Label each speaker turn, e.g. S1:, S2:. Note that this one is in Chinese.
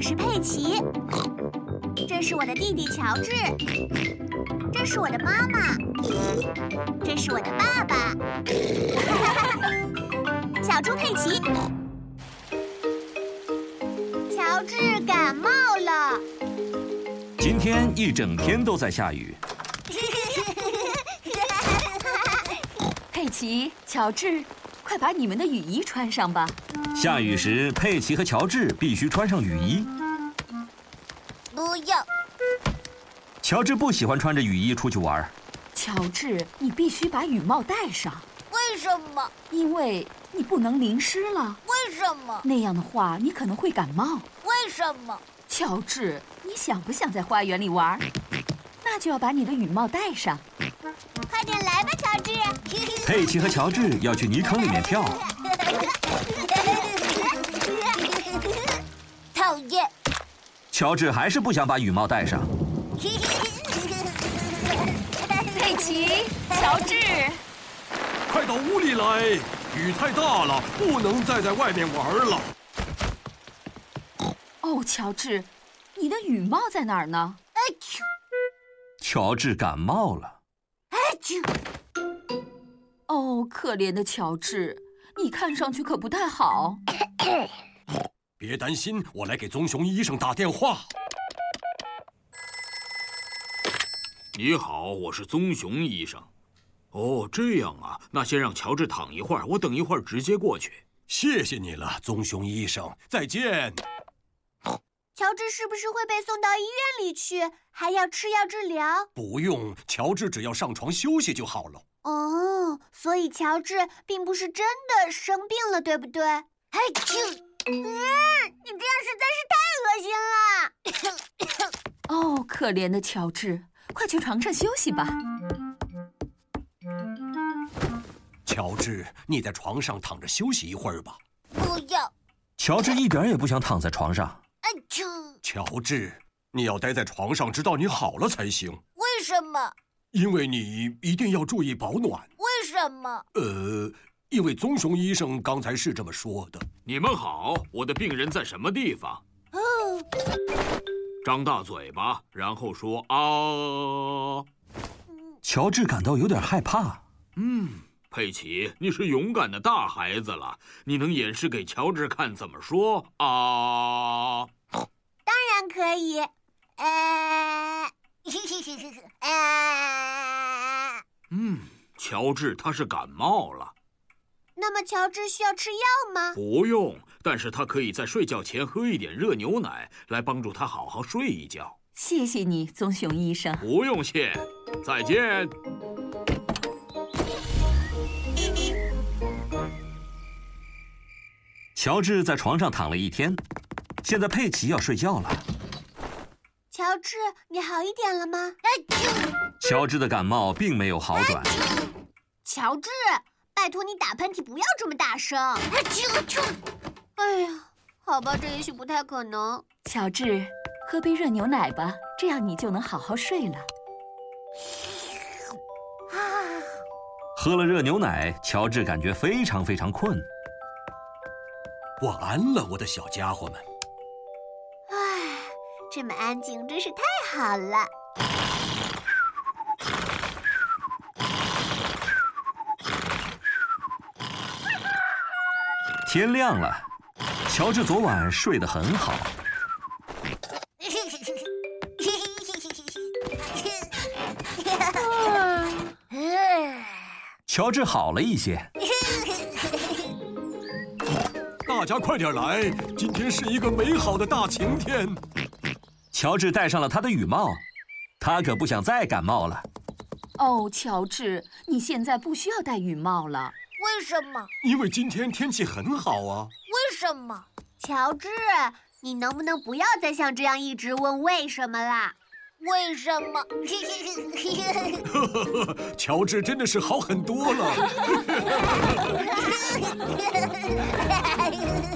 S1: 是佩奇，这是我的弟弟乔治，这是我的妈妈，这是我的爸爸。 小猪佩奇，乔治感冒了。
S2: 今天一整天都在下雨，
S3: 佩奇、乔治，快把你们的雨衣穿上吧。
S2: 下雨时佩奇和乔治必须穿上雨衣。
S1: 不要，
S2: 乔治不喜欢穿着雨衣出去玩儿，
S3: 乔治，你必须把雨帽戴上，
S1: 为什么？
S3: 因为你不能淋湿了，
S1: 为什么？
S3: 那样的话你可能会感冒。
S1: 为什么？
S3: 乔治，你想不想在花园里玩儿？那就要把你的雨帽戴上。
S1: 快点来吧，乔治！
S2: 佩奇和乔治要去泥坑里 面跳。
S1: 讨厌！
S2: 乔治还是不想把雨帽戴上。
S3: 佩奇、乔治，
S4: 快到屋里来，雨太大了，不能再在外面玩了。
S3: 哦，乔治，你的雨帽在哪儿呢？哎
S1: 啊啾
S2: 乔治感冒了，
S1: 啊啾！
S3: 哦，可怜的乔治，你看上去可不太好。
S4: 别担心，我来给棕熊医生打电话。
S5: 你好，我是棕熊医生。哦，这样啊，那先让乔治躺一会儿，我等一会儿直接过去。
S4: 谢谢你了，棕熊医生，再见。
S1: 乔治是不是会被送到医院里去，还要吃药治疗？
S4: 不用，乔治只要上床休息就好了。
S1: 哦，所以乔治并不是真的生病了，对不对？哎啾！嗯，你这样实在是太恶心了。
S3: 哦，可怜的乔治，快去床上休息吧。
S4: 乔治，你在床上躺着休息一会儿吧。
S1: 不要！
S2: 乔治一点儿也不想躺在床上。
S1: 啊啾！
S4: 乔治，你要待在床上，直到你好了才行，
S1: 为什么？
S4: 因为你一定要注意保暖。
S1: 为什么？
S4: 呃，因为棕熊医生刚才是这么说的。
S5: 你们好，我的病人在什么地方？
S1: 哦，
S5: 张大嘴巴，然后说啊。
S2: 乔治感到有点害怕。
S5: 嗯，佩奇，你是勇敢的大孩子了，你能演示给乔治看怎么说啊？
S1: 当然可以。呃，呃，
S5: 嗯，乔治他是感冒了，
S1: 那么乔治需要吃药吗？
S5: 不用，但是他可以在睡觉前喝一点热牛奶，来帮助他好好睡一觉。
S3: 谢谢你，棕熊医生。
S5: 不用谢，再见。
S2: 乔治在床上躺了一天，现在佩奇要睡觉了。
S1: 乔治，你好一点了吗？
S2: 乔治的感冒并没有好转。
S1: 乔治，拜托你打喷嚏不要这么大声。哎呀，好吧，这也许不太可能。
S3: 乔治，喝杯热牛奶吧，这样你就能好好睡了。
S2: 喝了热牛奶，乔治感觉非常非常困。
S4: 晚安了，我的小家伙们。
S1: 唉，这么安静真是太好了。
S2: 天亮了，乔治昨晚睡得很好。乔治好了一些，
S4: 大家快点来，今天是一个美好的大晴天。
S2: 乔治戴上了他的雨帽，他可不想再感冒了。
S3: 哦，乔治，你现在不需要戴雨帽了。
S1: 为什么？
S4: 因为今天天气很好啊。
S1: 为什么？乔治，你能不能不要再像这样一直问为什么啦？为什么？
S4: 乔治真的是好很多了。